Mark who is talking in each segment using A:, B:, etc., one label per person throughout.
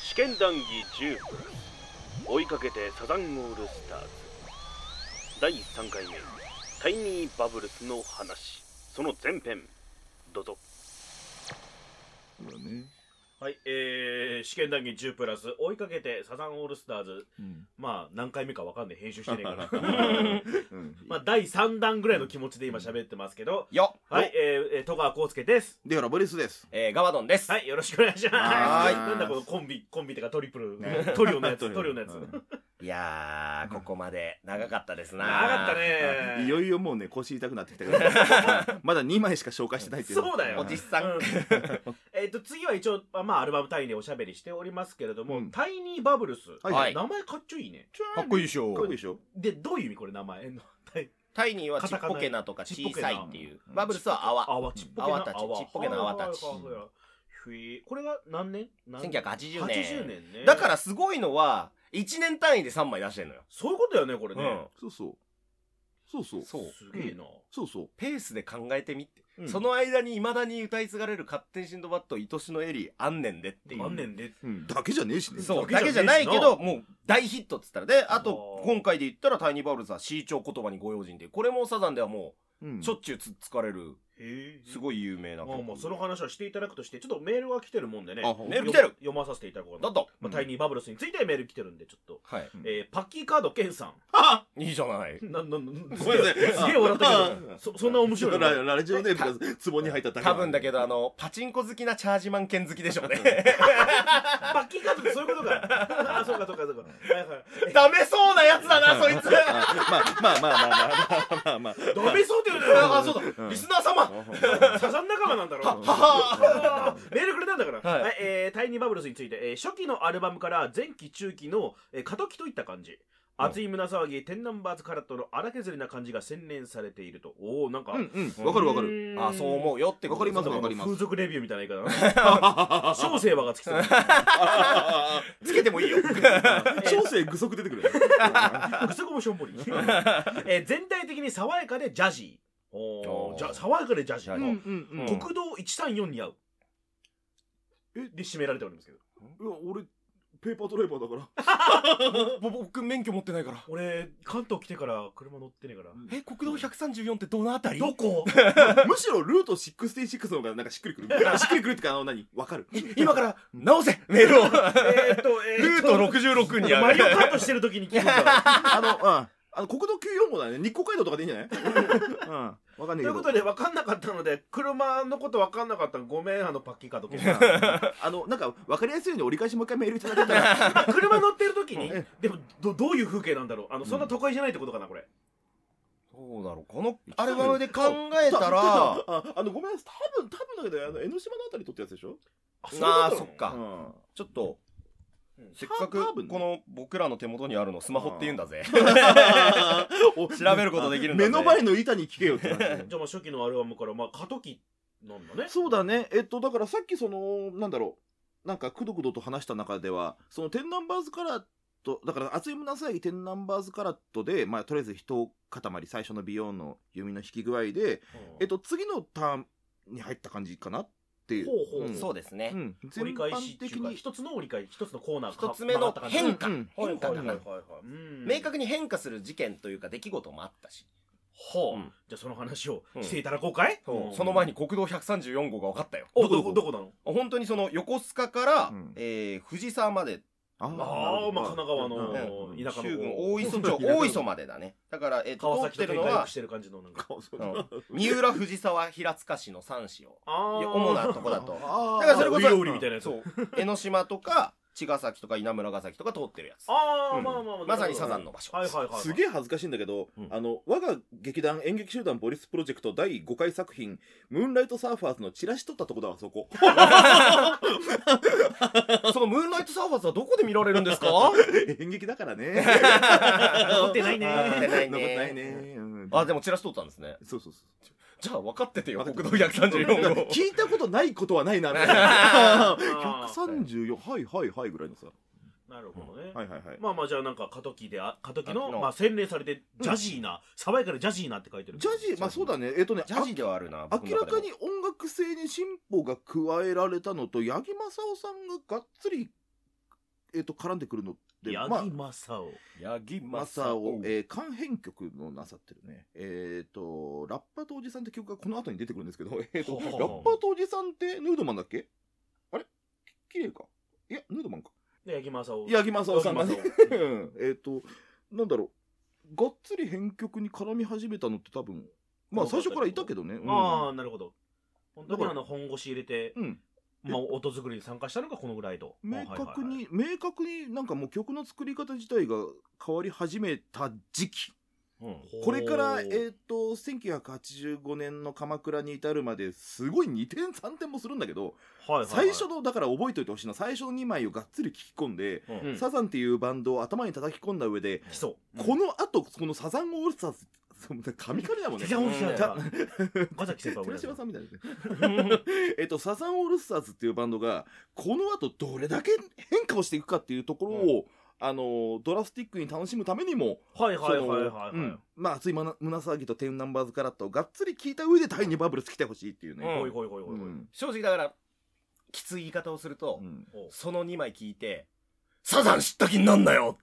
A: 試験談義10追いかけてサザンオールスターズ第3回目タイニーバブルスの話その前編どうぞ
B: そうだね。
C: はい、えー、試験談義10プラス、追いかけてサザンオールスターズ、
B: うん。
C: まあ、何回目かわかんない、編集してね えから。
B: うん。
C: まあ、第3弾ぐらいの気持ちで今喋ってますけど、
D: よ
C: はい、えーえー、戸川康介です。
B: で、ほら、ブリスです。
D: えー、ガバドンです。
C: はい、よろしくお願いします。
B: はーい
C: なんだこのコンビ、コンビってかトリプル、トリオのやつ、トリオのやつ。
D: い、やー、ここまで長かったですな。
C: 長かった
B: うんい
C: ね
B: よいよもうね、腰痛くなってきたから。まだ2枚しか紹介してないっていう。
C: そうだよ
D: おじさん。
C: う んえっと、次は一応、まあ、アルバム単位でおしゃべりしておりますけれども、
B: うん
C: タイニーバブルス。
B: はい
D: はい
C: 名前かっちょいいね。
B: かっこいいでしょ。かっこいいでしょ。
C: で、どういう意味これ名前の。タイ
D: タイニーはちっぽけなとか
C: カタカナ
D: 小さいっていう
B: うん。
D: バブルスは泡。
C: 泡ちっぽけな
D: 泡たちちっぽけな泡たち
C: はいはいはいはいふいこれが何年何
D: 1980
C: 80
D: 年。
C: 年ね
D: だからすごいのは、1年単位で3枚出してんのよ。
C: そういうことだよねこれね、
B: そうそう。そうそう。
D: そう。
C: すげえな、
B: そうそう。
D: ペースで考えてみって。
C: うん
D: その間に未だに歌い継がれる勝手にシンドバッド、愛しのエリー、あんねんでっていう。
C: 何年で
B: うん。だけじゃねえしね。
D: そう、
C: だ
D: だ
C: け
D: け
C: じ
D: じ
C: ゃ
D: ゃ
C: ね
D: な
C: えし
D: い
C: な
D: けど、もう大ヒットっつったら。で、あと
C: あ、ー
D: 今回で言ったらタイニーバブルスは C 調言葉に御用心で、これもサザンではも
B: うん。
D: う、しょっちゅうつっつかれる、
C: へえ
D: すごい有名な
C: まあ
D: 曲。
C: まあその話はしていただくとしてちょっとメールが来てるもんでね
B: あほん
D: メール来
C: 読
D: てる
C: 読まさせていただこうか
D: だ
C: な、
D: と。
C: まあ、タイニーバブルスについてメール来てるんでちょっと、
D: はい。
B: うん
C: えーパッキーカードケンさん
D: いいじゃない。
C: なんなんなんす
B: ごめんなさい
C: げえすげえ笑ったけどそそんな面白いの
B: ララジオネームが壺に入っただけ
D: 多分だけ
B: ど。
D: ど、あの、パチンコ好きなチャージマン犬好きでしょうね。
C: パッキーカードってそういうことか あーそうかそうかそうかはいはい
D: ダメそうなやつだな、そいつ。
B: まあまあまあまあまあまあまあまあ。
C: ダメそうって言うのよ
D: あ、そうだ。リスナー様。
C: サザン仲間なんだろうメールくれたんだから、は
D: はいい
C: えータイニーバブルスについて、えー初期のアルバムから前期中期の、えー過渡期といった感じ
D: うん
C: 熱い胸騒ぎ天ナンバーズカラットの荒削りな感じが洗練されているとおおんか、
B: うんうん。わかるわか る。
C: る
D: あ、そう思うよってこと
B: わかりますわかります
C: 風俗レビューみたいな言い方 だな小生はがつきそう
D: つけてもいいよ。
B: 小生具足出てくるよ。
C: ぐそごもしょんぼり、えー全体的に爽やかでジャジーお
D: お
C: ー
D: ー
C: じゃ爽やかでジャジー、
D: う
B: うん
D: ん
B: うんうん。
D: うん
C: 国道134に合うえで締められておりますけど
B: いや俺ペーパードライバーだから
D: 僕、免許持ってないから。
C: 俺関東来てから車乗ってねえから
D: え、国道134ってどのあたり
C: どこ
B: むしろルート66の方がなんかしっくりくる しっくりくるってかあの何わかる
D: 今から直せメー ルを
C: えーっと、え
D: ルート66にあ
C: マ
D: る
C: リオカートしてる時に聞いた。
B: あのうんあの国道945もだね日光街道とかでいいんじ ゃないうんわかん
C: と
B: ないいうけ
C: こ
B: ど
C: とで、分かんなかったので、車のこと分かんなかったらごめん、あの、パッキーカード消した。
B: あのなんかわかりやすいように折り返しもう一回メールいただけた ら
C: まあ車乗ってる時に
B: うん、
C: でも、ど、どういう風景なんだろう。あの、そんな都会じゃないってことかな、これ。
D: そうだろうこのアルバムで考えたら
B: ああのごめんなさい多分多分だけどあの江ノ島のあたり撮ったやつでしょ
C: あ
D: あーそっ。か、
B: うん
D: ちょっと
C: うん
D: せっか
B: 多
D: く
B: 分ね
D: この僕らの手元にあるのスマホって言うんだぜ
B: お
D: 調べることできるんだ
B: 目
D: ぜ
B: の前の板に聞けよって話
C: じゃあ、まあ、初期のアルバムから、まあ、過渡期なんだね。
B: そうだね。えっと、だからさっきその、なんだろう。なんか、くどくどと話した中では、その、テンナンバーズカラット、だから、熱い胸騒ぎテンナンバーズカラットで、まあ、とりあえず一塊、最初の美容の弓の引き具合で、
C: うん
B: えっと、次のターンに入った感じかなっていう。
C: ほうほう。
B: ん
D: そうですね、
B: うん。
C: 折り返しってい
B: 全
C: うか
B: 般
C: 一つの折り返し、一つのコーナー
D: 一つ目の変化、
B: うんうん
C: はい
D: 変化
C: はい
D: が、
C: はいはいはい。うん
D: 明確に変化する事件というか出来事もあったし、
C: ほう
D: うん
C: じゃあ、その話をしていただこうかいうん
D: その前に国道134号が分かったよ
C: お、
B: どこ
C: ど
B: ど
C: こ、どこ
B: こ
C: なの
D: 本当にその横須賀から、
B: うん
D: えー藤沢まで
B: あー
C: ああ、まあ、神奈川
B: うんうん
C: の田舎の
D: 中軍
C: 方
D: 大磯町大磯までだねだから、えー
C: 川
D: と通
C: 崎
D: って
C: と
D: る
C: かに
D: の
C: 回
D: は
C: 復してる感じのなんか。
D: うん三浦藤沢平塚市の3市を
C: あ
D: いや主なとこだと
B: あー
D: だからそれこそ
C: おいおいみたいなやつ
D: そう江ノ島とか茅ヶ崎とか稲村ヶ崎とか通ってるやつ
C: ああ、
D: うん
C: まあまあまあ。
D: まさにサザンの場所
C: はいはいはい。
B: すげえ恥ずかしいんだけど、
C: うん
B: あの我が劇団演劇集団ボリスプロジェクト第5回作品「ムーンライトサーファーズ」のチラシ取ったとこだわそこ
D: そのムーンライトサーファーズはどこで見られるんで すか
B: 演劇だからね
C: 残ってない
D: 残って
C: ね。
D: ない
B: 残ってないね、
D: ね
B: うん
D: あでもチラシ取ったんですね
B: そうそうそう
D: じゃあ分かっててよ
B: 分
D: 国
B: かっ
D: 道
B: て
D: 134号
B: 聞いたことないことはないなみたい な134はいはいはいぐらいのさ
C: なるほどね。
B: はいはいはい
C: まあまあじゃあなんか過渡期であ過渡期
D: 過渡期
C: の
D: の
C: まあ洗練されてジャジーな爽やかでジャジーなって書いてる
B: ジャジーまあそうだねえっとね
D: ジャジーではあるな
B: あ
D: 僕
B: 明ら
D: の中でも
B: かに音楽性に進歩が加えられたのと八木正夫さんががっつりえっと絡んでくるのって、
C: 八
B: まあ
C: 木、正夫。
D: ヤギ
B: マ
D: マ
B: サ
D: サ
B: を
D: オ、。
B: えー、関編曲のなさってるね。えっ、と、ラッパとおじさんって曲がこの後に出てくるんですけど、えっ、と、
C: ほう
B: ラ
C: ほうほ
B: ッ
C: う
B: パとおじさんってヌードマンだっけあれき綺麗か。いや、ヌードマンか。
C: で八木正夫。
B: 八木正夫さんがね。
C: 八木
B: う
C: 正夫
B: んえっと、なんだろう。がっつり編曲に絡み始めたのって多分、まあ最初からいたけどね。うん、
C: ああ、なるほど。本当
B: だ
C: に
B: から
C: あの、本腰入れて、
B: うん。
C: まあ、音作りに参加したのがこのぐらいと。
B: 明確
C: はいはいはい。
B: に、明確になんかもう曲の作り方自体が変わり始めた時期。
D: うん
B: これから、えっ、
C: え、
B: と、1985年の鎌倉に至るまですごい2点3点もするんだけど、
C: はいはいはい
B: 最初の、だから覚えておいてほしいのは、最初の2枚をがっつり聞き込んで、
D: うん
C: うん
B: サザンっていうバンドを頭に叩き込んだ上で、
C: 基礎。
D: うん
B: この後、このサザンオールスターズ、そんな神々だもんね。
C: じゃあ、本気だから
B: う。
C: ガザキ先輩
B: 寺島
C: は
B: さんみたいですね。 えっと、サザンオールスターズっていうバンドが、この後どれだけ変化をしていくかっていうところを、あの、ドラスティックに楽しむためにも、
C: いはいはいはい
B: そのう
C: は
B: んまあ熱い胸騒ぎと天ナンバーズカラットをがっつり聞いた上で第2バブルス来てほしいっていう
C: い。
B: ね、
C: ほいほいほいほ
B: う
C: いほい。
B: ん
D: 正直だから、きつい言い方をすると、
B: うん
C: おう
D: その2枚聞いて、サザン知った気になんなよ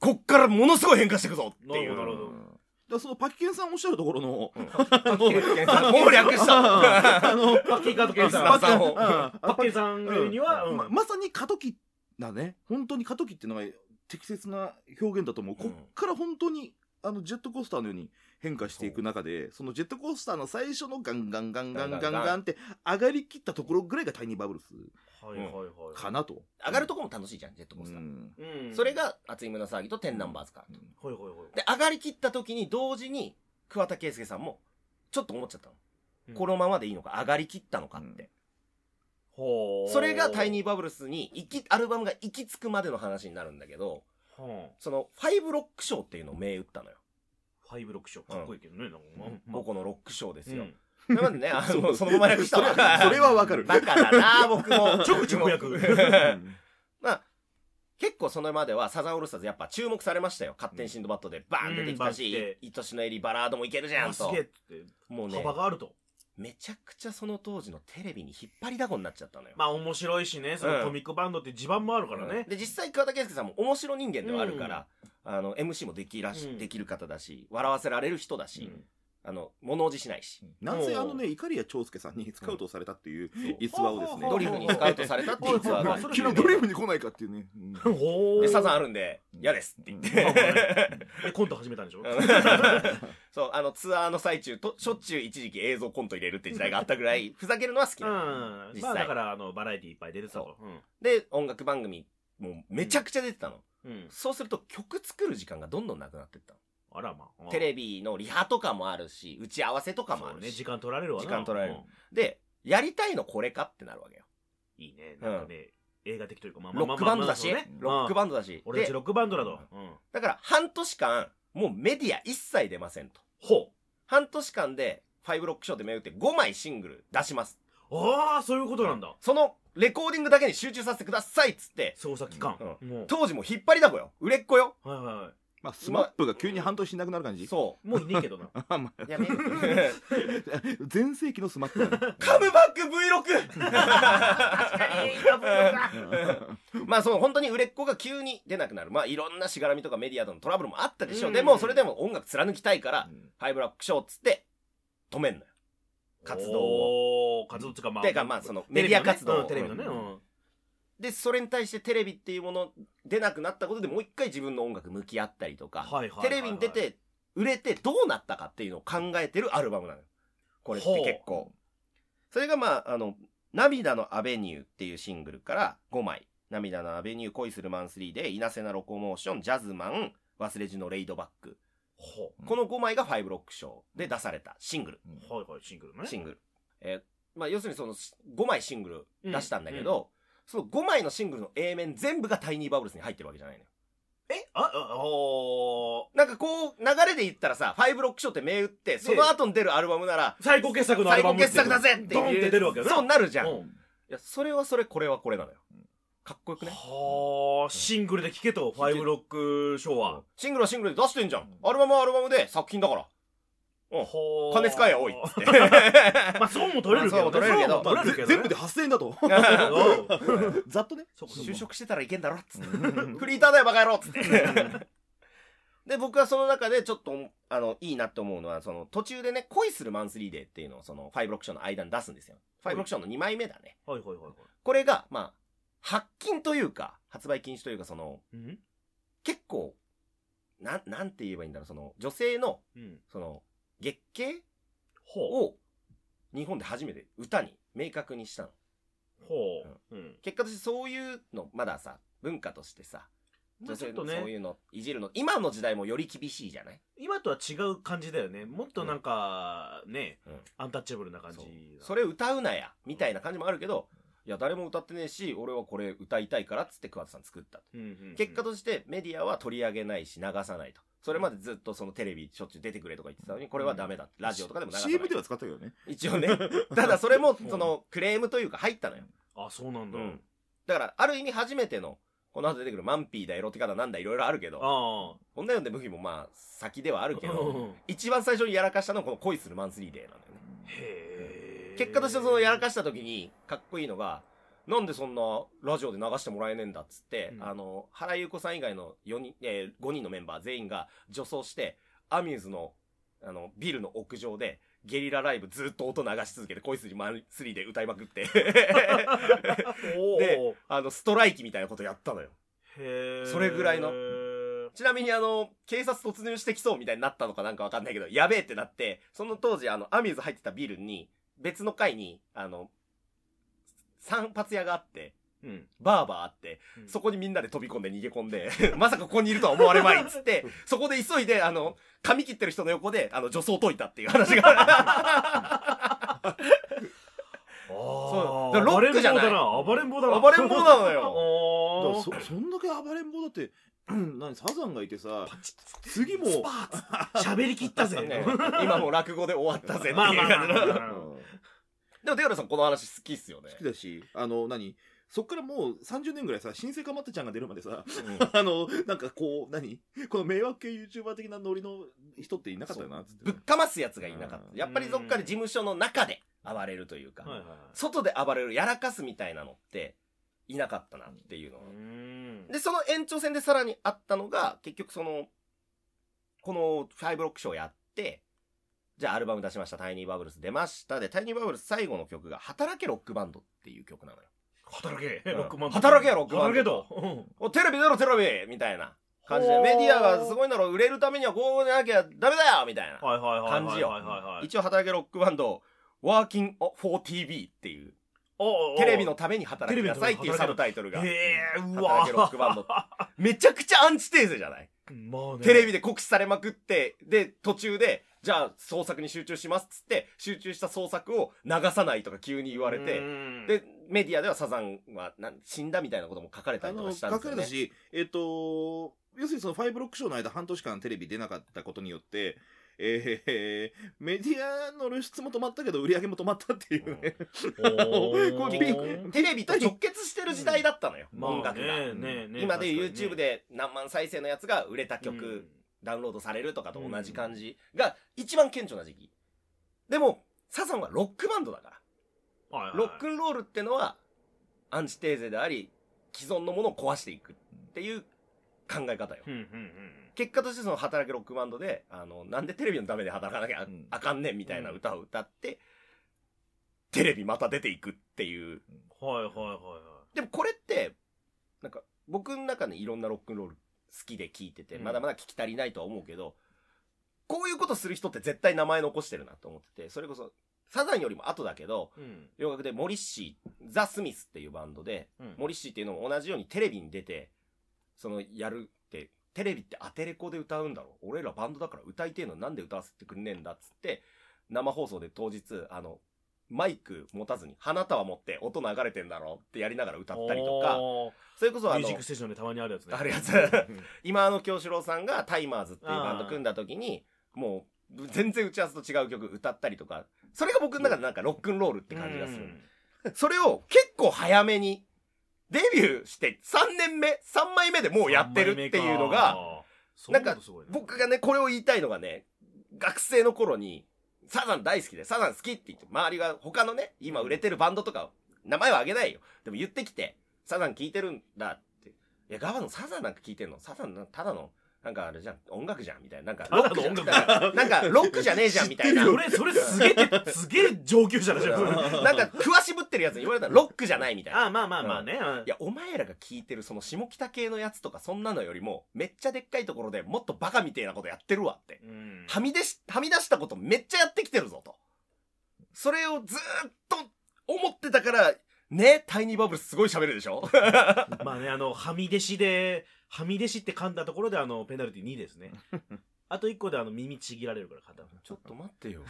D: こっからものすごい変化していくぞってい
C: なるほ
D: う。
C: ど
B: うんだからそのパキケンさんおっしゃるところの、
D: あのもう略した
B: あの
C: パッキーカードケンさん。
D: パ
C: パ
D: ッキーさんを
C: ッキーさんには、
B: う
C: うんん
B: ままさに過渡期だね本当に過渡期っていうのが適切な表現だと思う、
D: うん
B: こっから本当にあのジェットコースターのように変化していく中でそのジェットコースターの最初のガンガンガンガンガンガンガンって上がりきったところぐらいがタイニーバブルス
C: はいはいはい。
B: かなと
D: 上がるとこも楽しいじゃん、ジェットコースター。
B: うん
C: うん。
D: それ、が、熱い胸騒ぎと天ナンバーズからと。
C: ほいほいほい。
D: で、上がりきった時に同時に、桑田佳祐さんも、ちょっと思っちゃったの。
C: うん
D: このままでいいのか、上がりきったのかって。
C: ほ
D: それがタイニ
C: ー。
D: ーバブルスに行き、アルバムが行き着くまでの話になるんだけど、
C: ほう
D: その、ファイブロックショーっていうのを銘打ったのよ。
C: ファイブロックショー。かっこいいけどね、なんかまあまあ
D: ここのロックショーですよ
C: うん。
D: それまで ね、あの、そのまま略したわ
B: それはそれはわかる
D: バカだな、僕も。
C: 直直訳
B: うん
D: まあ、結構それまではサザンオールスターズやっぱ注目されましたよ。勝手にシンドバッドでバーン出てきた
C: うんバーン
D: し、愛しのエリバラードもいけるじゃん
C: あす
D: と。
C: げえって、
D: もうね、
C: 幅があると。
D: めちゃくちゃその当時のテレビに引っ張りだこになっちゃったのよ。
C: まあ面白いしね、そのコミックバンドって地盤もあるから
D: うん
C: ね。
D: で、実際桑田佳祐さんも面白人間ではあるから、あの、MC もできらし、
C: うん
D: できる方だし、笑わせられる人だし、
C: うん
D: あの、物おじしないし。
B: なんせ
C: も
B: あ
C: う
B: のね、イカリア長介さんにスカウトされたっていう
D: そう
B: 逸話をですね。
C: ほうほうほう
D: ドリフにスカウトされたっていう ツアーが
C: ほう
D: あって
C: ほうほう
B: 急にドリフに来ないかっていうね。うん
C: ほ
D: で
C: う。
D: サザンあるんで、嫌ですって言って。
C: で、コント始めたんでしょ
D: そう、あの、ツアーの最中と、しょっちゅう一時期映像コント入れるって時代があったぐらい、ふざけるのは好き
C: う
D: なの
C: ん。
D: 実
C: まあだ
D: 際
C: か。ら、あの、バラエティいっぱい出てたと。
D: で、音楽番組、もうめちゃくちゃ出てたの。
C: うん。うん。
D: そうすると曲作る時間がどんどんなくなってったの。
C: あらまあ。
D: テレビのリハとかもあるし、打ち合わせとかもあ
C: そう
D: る
C: ね、時
D: し。
C: 間取られるわな
D: 時間取られ
C: う
D: る
C: ん
D: で、やりたいのこれかってなるわけよ。
C: いいね。なんかね、映画的というか、まあま
D: ロ
C: あま
D: ッ
C: あ
D: ク
C: ま
D: バ
C: あ
D: ン
C: ま
D: ド
C: あ
D: だ
C: そう
D: し
C: ね、
D: ロックバンドだし。
C: 俺たち
D: で
C: ロ、ックバンドだと。うん
D: だから半年間、もうメディア一切出ませんと。
C: ほう。
D: 半年間で、ファイブロックショーで目打って5枚シングル出します。
C: ああ、そういうことなんだ。
D: その、レコーディングだけに集中させてくださいっつって、
C: 捜査機関。
D: う
C: も
D: 当時も引っ張りだこよ。売れっ子よ。
C: う、はいはいは
B: まあ、スマップが急に半年いなくなる感じ。
D: そ
C: い。もういねえけど な。
B: あまあ
D: う。やめ
B: 全盛期のスマップだね。
D: カムバック Vlog! まあその本当に売れっ子が急に出なくなる。まあいろんなしがらみとかメディアとのトラブルもあったでしょ
C: う
D: う。
C: ん
D: でもそれでも音楽貫きたいから、
B: うん
D: ハイブラックショーっつって止めんのよ。活動を。
C: おー活動つかまあ。
D: てかまあそのメディア活動を
C: テレビのね。うん
D: で、それに対してテレビっていうもの出なくなったことでもう一回自分の音楽向き合ったりとか、
C: はいはいはいはい
D: テレビに出て売れてどうなったかっていうのを考えてるアルバムなのよ。これって結構。それがまあ、あの、涙のアベニューっていうシングルから5枚。涙のアベニュー、恋するマンスリーで、稲瀬なロコモーション、ジャズマン、忘れじのレイドバック。
C: ほ
B: うん
D: この5枚がファイブロックショーで出されたシングル。
C: う。はいはい、シングルね。
D: シングル。えーまあ要するにその5枚シングル出したんだけ
C: うん
D: ど、その5枚のシングルの A 面全部がタイニーバブルスに入ってるわけじゃないのよ。
C: えあ、あ、お
D: なんかこう、流れで言ったらさ、ファイブロックショーって銘打って、その後に出るアルバムなら、
C: ー最高傑作のア
D: 最
C: ルバ
D: 高
C: ム。
D: 傑作だぜっていう。
C: ドンって出るわけよね。
D: そうなるじゃん。
C: う
D: い
C: ん
D: や、それはそれ、これはこれなのよ。かっこよくね。
C: はあ、シングルで聴けと、ファイブロックショーは。
D: シングルはシングルで出してんじゃん。アルバムはアルバムで作品だから。うん
C: ほう
D: 金使え多いっつって
C: まあそうも取れるけどね
D: まあそうも取れるけど
C: そうも取れるけどね
B: 全部で8000円 だとざっとね
C: そうかそうか
D: 就職してたらいけんだろっつって
B: うん
D: フリーターだよバカ野郎っつってで僕はその中でちょっとあのいいなって思うのはその途中でね恋するマンスリーデーっていうのをその5ロックショーの間に出すんですよ5ロックショーの2枚目だね
C: はいはいはいはい
D: これがまあ発禁というか発売禁止というかその
C: うん
D: 結構なんなんて言えばいいんだろうその女性の
C: うん
D: その月経
C: ほう
D: を日本で初めて歌に明確にしたの
C: ほううん
D: 結果としてそういうのまださ文化としてさ
C: ま
D: 女
C: あちょ
D: 性
C: っと
D: のそうい
C: ね
D: うのいじるの今の時代もより厳しいじゃない
C: 今とは違う感じだよねもっとなんかね
D: うん
C: アンタッチャブルな感じ
D: それ歌うなやみたいな感じもあるけどいや誰も歌ってねえし俺はこれ歌いたいからっつって桑田さん作った
C: うんうんうん
D: 結果としてメディアは取り上げないし流さないとそれまでずっとそのテレビしょっちゅう出てくれとか言ってたのにこれはダメだラジオとかでも流さない
B: CM では使ったけどね
D: 一 応ねただそれもそのクレームというか入ったのよ
C: あそうなんだ
D: うんだからある意味初めてのこの後出てくるマンピーだエロテカだなんだいろいろあるけど
C: あ
D: 女呼んで麦もまあ先ではあるけ
C: あ
D: ど
C: うん
D: 一番最初にやらかしたのはこの恋するマンスリーデーなんだよね
C: へえ
D: 結果としてそのやらかした時にかっこいいのがなんでそんなラジオで流してもらえねえんだっつって、
C: うん
D: あの原由子さん以外の4人、えー5人のメンバー全員が女装してアミューズのあのビルの屋上でゲリラライブずっと音流し続けて恋するマンスリーで歌いまくって
C: おー
D: であのストライキみたいなことやったのよ
C: へえ
D: それぐらいのちなみにあの、警察突入してきそうみたいになったのかなんかわかんないけど、やべえってなって、その当時あの、アミューズ入ってたビルに、別の階に、あの、散髪屋があって、
C: うん
D: バーバーあって、
C: うん
D: そこにみんなで飛び込んで逃げ込んで、 まさかここにいるとは思われまいっつって、そこで急いで、あの、髪切ってる人の横で、あの、女装解いたっていう話 が。
C: あ
D: そう
C: あ
D: だからロックじゃない
C: 暴れん坊だな
D: 暴れん坊な の
C: あ
D: よ。
B: だから
C: ー
B: そそんだけ暴れん坊だってうん何サザンがいてさ
C: パチッ
B: 次も
C: スパーッつって喋り切 ったぜ
D: ね 今もう落語で終わったぜっていう
C: まあまあまあ
D: 感じの
C: まあ
B: う
C: まあ
B: ん
D: でも、デオラさんこの話好きっすよね
B: 好。きだしあの何そっからもう30年ぐらいさ新生かまってちゃんが出るまでさ
D: うん
B: あのなんかこう何この迷惑系 YouTuber 的なノリの人っていなかったよなっつって
D: ぶっかますやつがいなかっ
B: う
D: た。
B: ん
D: やっぱりどっかで事務所の中で暴れるというか、
C: はいはいはい
D: 外で暴れる、やらかすみたいなのって、いなかったなっていうのは。で、その延長戦でさらにあったのが、結局その、この5ロックショーやって、じゃあアルバム出しました、タイニーバブルス出ました。で、タイニーバブルス最後の曲が、働けロックバンドっていう曲なのよ。
C: 働け、
D: うん
C: ロックマンド
D: 働けよロックマンド
C: 働けと、うん
D: お、テレビ出ろテレビみたいな感じ
C: ほ
D: で、
C: ー
D: メディアがすごいなら売れるためにはこうでなきゃダメだよみたいな。
C: はいはいはいはい
D: 感じよ
C: はいはいはい
D: 一応働けロックバンド、ワーキン 4TV っていう、
C: 応
D: テレビのために働きなさいっていうサブタイトルが、
C: へえうわ
D: 働けロックバンドって。めちゃくちゃアンチテーゼじゃない
C: まあね
D: テレビで酷使されまくって、で、途中で、じゃあ創作に集中しますっつって、集中した創作を流さないとか急に言われ
C: う
D: て、
C: ん
D: で、メディアではサザンはなん死んだみたいなことも書かれた
B: あ
D: りとか
B: の
D: した
B: 書
D: んです
B: かれ
D: よね
B: た。しえっ、と要するにその5ロックショーの間半年間テレビ出なかったことによってえー、メディアの露出も止まったけど売り上げも止まったっていうね、
C: おー
B: こう
D: 結局テレビと直結してる時代だったのよ、
C: まあね
D: 音楽が。
C: ねえねえ
D: 今でいう
C: 確かにね
D: YouTube で何万再生のやつが売れた曲、
C: うん
D: ダウンロードされるとかと同じ感じが一番顕著な時期。でも、サザンはロックバンドだか
C: はいは
D: ら。
C: い
D: ロックンロールってのは、アンチテーゼであり、既存のものを壊していくっていう考え方よ
C: う。んうんうん
D: 結果としてその働けロックバンドで、あの、なんでテレビのためで働かなきゃ
B: うん
D: あかんねんみたいな歌を歌って、テレビまた出ていくっていう。
C: はいはいはい
D: でもこれって、なんか、僕の中でいろんなロックンロール好きで聞いてて、
C: うん
D: まだまだ聞き足りないとは思うけど、こういうことする人って絶対名前残してるなと思ってて、それこそ、サザンよりも後だけど、
C: はいうん
D: 洋楽でモリッシー、ザ・スミスっていうバンドで、
C: うん
D: モリッシーっていうのも同じようにテレビに出て、その、やるって、テレビってアテレコで歌うんだろ俺らバンドだから歌いてえのなんで歌わせてくんねえんだっつって、生放送で当日、あの、マイク持たずに花束持って音流れてんだろってやりながら歌ったりとか、
C: お
D: それこそ
C: ー
D: あ
C: ミュージ
D: の
C: ッ、クステーションでたまにあるやつね
D: あるやつ
C: うん
D: 今の京志郎さんがタイマーズっていうバンド組んだ時に、もう全然打ち合わせと違う曲歌ったりとか、それが僕の中でなんかロックンロールって感じがする。それを結構早めに、デビューして3年目、3枚目でもうやってるっていうのが、
C: 三枚目か
D: なんか
C: そういうことすごいね
D: 僕がね、これを言いたいのがね、学生の頃に、サザン大好きで、サザン好きって言って、周りが他のね、今売れてるバンドとか、名前はあげないよ。でも言ってきて、サザン聞いてるんだって。いや、ガバのサザンなんか聞いてんのサザンなただの、なんかあれじゃん、音楽じゃんみたいな。なんか、ロックじゃん。
C: ただの音
D: なんかなんか、ロックじゃねえじゃんみたいな。
C: それ、それすげえ、すげえ上級者だじ ゃん。
D: なんか、詳しぶってるやつに言われたら、ロックじゃないみたいな。
C: ああ、まあまあまあね。
D: いや、お前らが聞いてるその下北系のやつとかそんなのよりも、めっちゃでっかいところでもっとバカみてえなことやってるわって。
C: うん
D: はみ出し、はみ出したことめっちゃやってきてるぞと。それをずーっと思ってたから、ね、タイニーバブルすごい喋るでしょ
C: まあね、あの、はみ出しで、はみ出しって噛んだところで、あの、ペナルティ2です ね。あと1個で、あの、耳ちぎられるから噛んだ。
D: ちょっと待ってよ。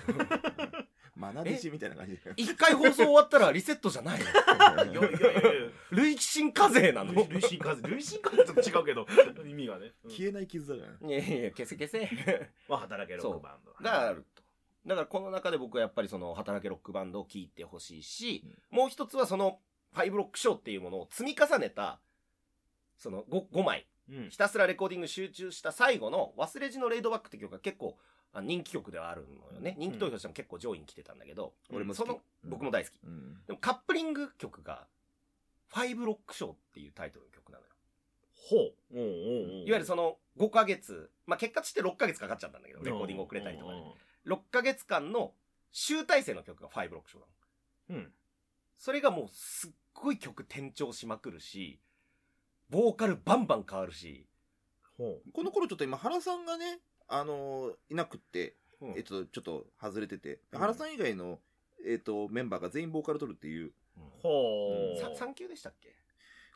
B: マナ弟子みたいな感じで。
D: 一回放送終わったらリセットじゃない の
C: いやいやいやいや
D: 累進課税なの
C: 累進課税、累進課税と違うけど、意味がね。うん
B: 消えない傷だからね。
D: いやいやいや、消せ消せ。
C: は働ける
D: そう
C: ロックバンド。
D: があると。だからこの中で僕はやっぱりその働けロックバンドを聴いてほしいし、もう一つはそのファイブロックショーっていうものを積み重ねた、その 5, 5枚、
C: うん。
D: ひたすらレコーディング集中した最後の忘れじのレイドバックって曲が結構あ人気曲ではあるのよね。人気投票しても結構上位に来てたんだけど、
B: 俺も好
D: そ
B: き
D: の、僕も大好き。
B: うん。
D: でもカップリング曲が、ファイブロックショーっていうタイトルの曲なのよ。
C: ほう。うんうんうん。
D: いわゆるその5ヶ月、まあ結果として6ヶ月かかっちゃったんだけど、レコーディング遅れたりとかで。6ヶ月間の集大成の曲が5ロックショーなの。
C: うん。うん。
D: それがもうすっごい曲転調しまくるし、ボーカルバンバン変わるし、
C: ほ
B: この頃ちょっと今原さんがね、あのーいなくって、えっと、ちょっと外れてて、
D: うん
B: 原さん以外の、えっと、メンバーが全員ボーカル取るっていう、
D: うん
C: う。ほう。
D: さ産休でしたっけ
B: こ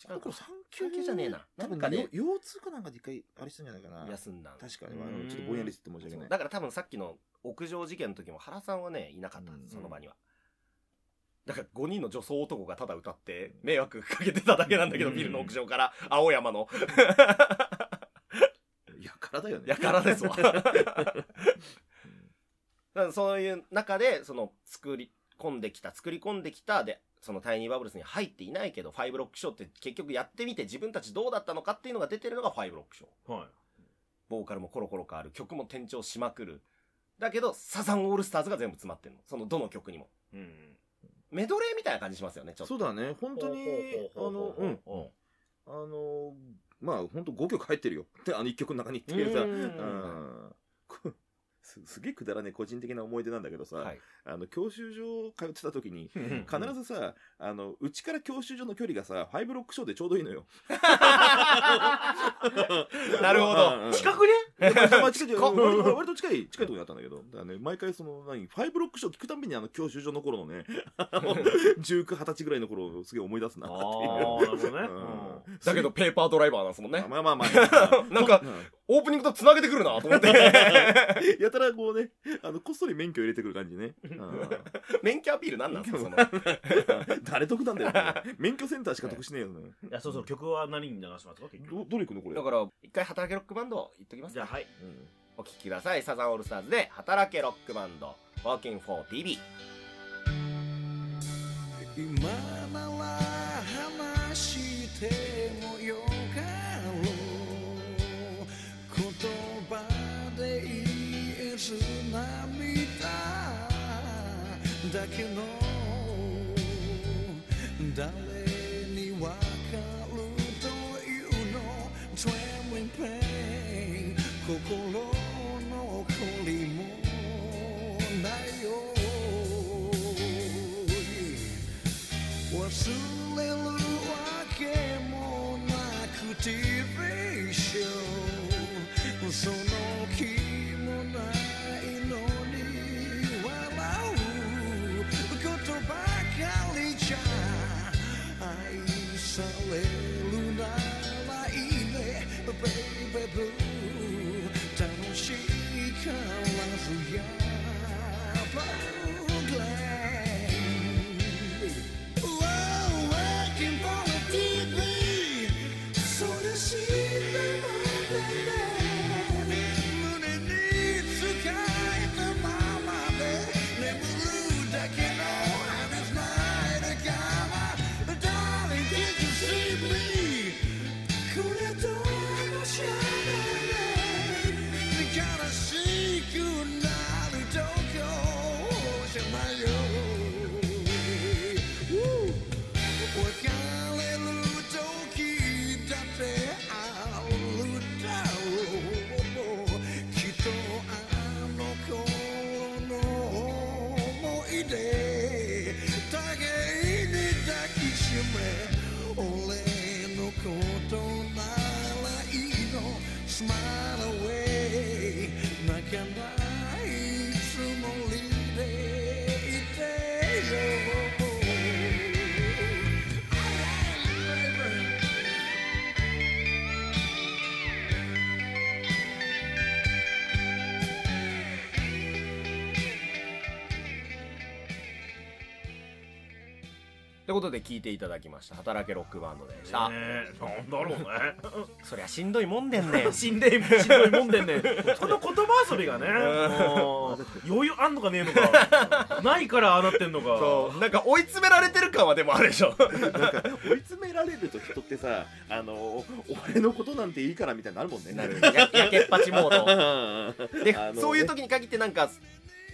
D: 違
B: の
D: うか
B: 頃産
D: 産休じゃねえな。な
B: 多
D: ん
B: 分
D: か
B: ね
D: ね、、
B: 腰腰痛かなんかで一回、あれしたんじゃないかな。
D: 休んだの
B: 確か
C: う
B: に、
C: ん
B: あのちょっとぼんやりしてて申し
D: そ
B: 訳な
D: う
B: い。
D: だから多分さっきの屋上事件の時も原さんはね、いなかったはず
B: うん
D: その場には。だから5人の女装男がただ歌って、迷惑かけてただけなんだけど、
C: うん
D: ビルの屋上から、青山の。
B: やからだよね。
D: やからですわ。だからそういう中で、その作り込んできた、作り込んできたで、そのタイニーバブルスに入っていないけど、ファイブロックショーって結局やってみて自分たちどうだったのかっていうのが出てるのがファイブロックショー。
C: はい。
D: ボーカルもコロコロ変わる、曲も転調しまくる。だけど、サザンオールスターズが全部詰まってるの。そのどの曲にも。
C: うん。
D: メドレーみたいな感じしますよね、ちょっと。
B: そうだね、本当に、あ
C: ほうほ
B: の
C: う、ほうほうほう
B: うん、あの、まあ、本当5曲入ってるよ。 で、あの1曲の中にっていうさ、うん こすすげえくだらねえ個人的な思い出なんだけどさ、
D: はい。
B: あの教習所通ってた時に
C: うん
B: 必ずさあのうちから教習所の距離がさファイブロックショーでちょうどいいのよ。
D: なるほど
B: うんうん
C: 近くね
B: まあ近い
D: 近っ
B: 割と割と近い近いとこにあったんだけどだから、ね、毎回その何ファイブロックショー聞くたびにあの教習所の頃のね1920歳ぐらいの頃をすげえ思い出すな
C: あ
B: っ
C: あ
B: て
C: ー
B: い、
C: なるほどね
B: う。うん
C: うん
D: だけど、ペーパードライバーなんですもんね
B: う。まあまあまあ、
D: なんか、
B: う
D: オープニングと繋げてくるなと思 って。
B: んやたらこうねあのこっそり免許入れてくる感じね。うん
D: 免許アピールなんなんですか その。
B: 誰得なんだよ、ね、免許センターしか得しねえよね
C: いや、そうそう、曲は何に流しますか結局
B: どどれ行くのこれ
D: だから、一回働けロックバンド言っときます
C: じゃあ、はい。
B: うん
D: お聴きください。サザンオールスターズで、働けロックバンド、Working for TV。
E: 今なら話してもよかろう言葉で言えず涙だけの誰にわかるというの Trembling pain 心の残りもないよ忘れるわけもなく TV ショーその気もないのに笑うことばかりじゃ愛されるならいいね Baby Blue 楽しいからずや Glenn Whoa, working for a TV. So the sheep Moon needs to guide the mama. Never rude, I can know how it's night. I got darling, did you see me? Could I do it? Gotta see you now.
D: ということで聞いていただきました働けロックバンドでした、
C: ねなんだろう
D: そりゃしんどいもんでんね
C: ね 死んでしんどいもんでん ねその言葉遊び がねうん余裕あんのかねえの かないからああなってんのか
D: そうなんか追い詰められてる感はでもあるでしょ
B: なんか追い詰められると人ってさあの俺のことなんていいからみたいになるもんね
D: なるややけっぱちモー
B: う
D: ドで、
B: あのね
D: そういう時に限ってなんか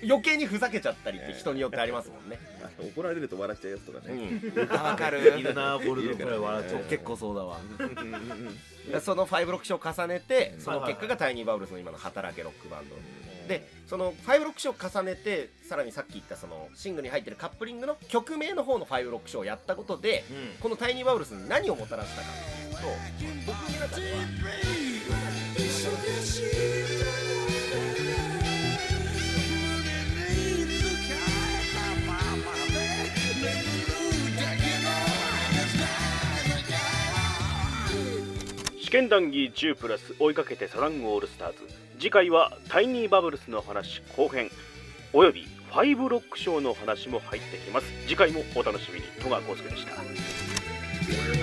D: 余計にふざけちゃったりって人によってありますもんね、
B: ん怒られると笑っちゃうやつとかね、
D: うん、わかる
C: いるなボルトこれ笑っちゃう
D: 結構そうだわ
B: うんうんうん
D: その5ロック賞を重ねて
B: うん
D: その結果がタイニーバブルスの今の働けロックバンドでその5ロック賞を重ねてさらにさっき言ったそのシングルに入ってるカップリングの曲名の方の5ロック賞をやったことで
C: うん
D: このタイニーバブルスに何をもたらしたかと僕の中では
E: 試験談義10プラス追いかけてサザンオールスターズ次回はタイニーバブルスの話後編およびファイブロックショーの話も入ってきます次回もお楽しみに戸川浩介でした
F: Thank you.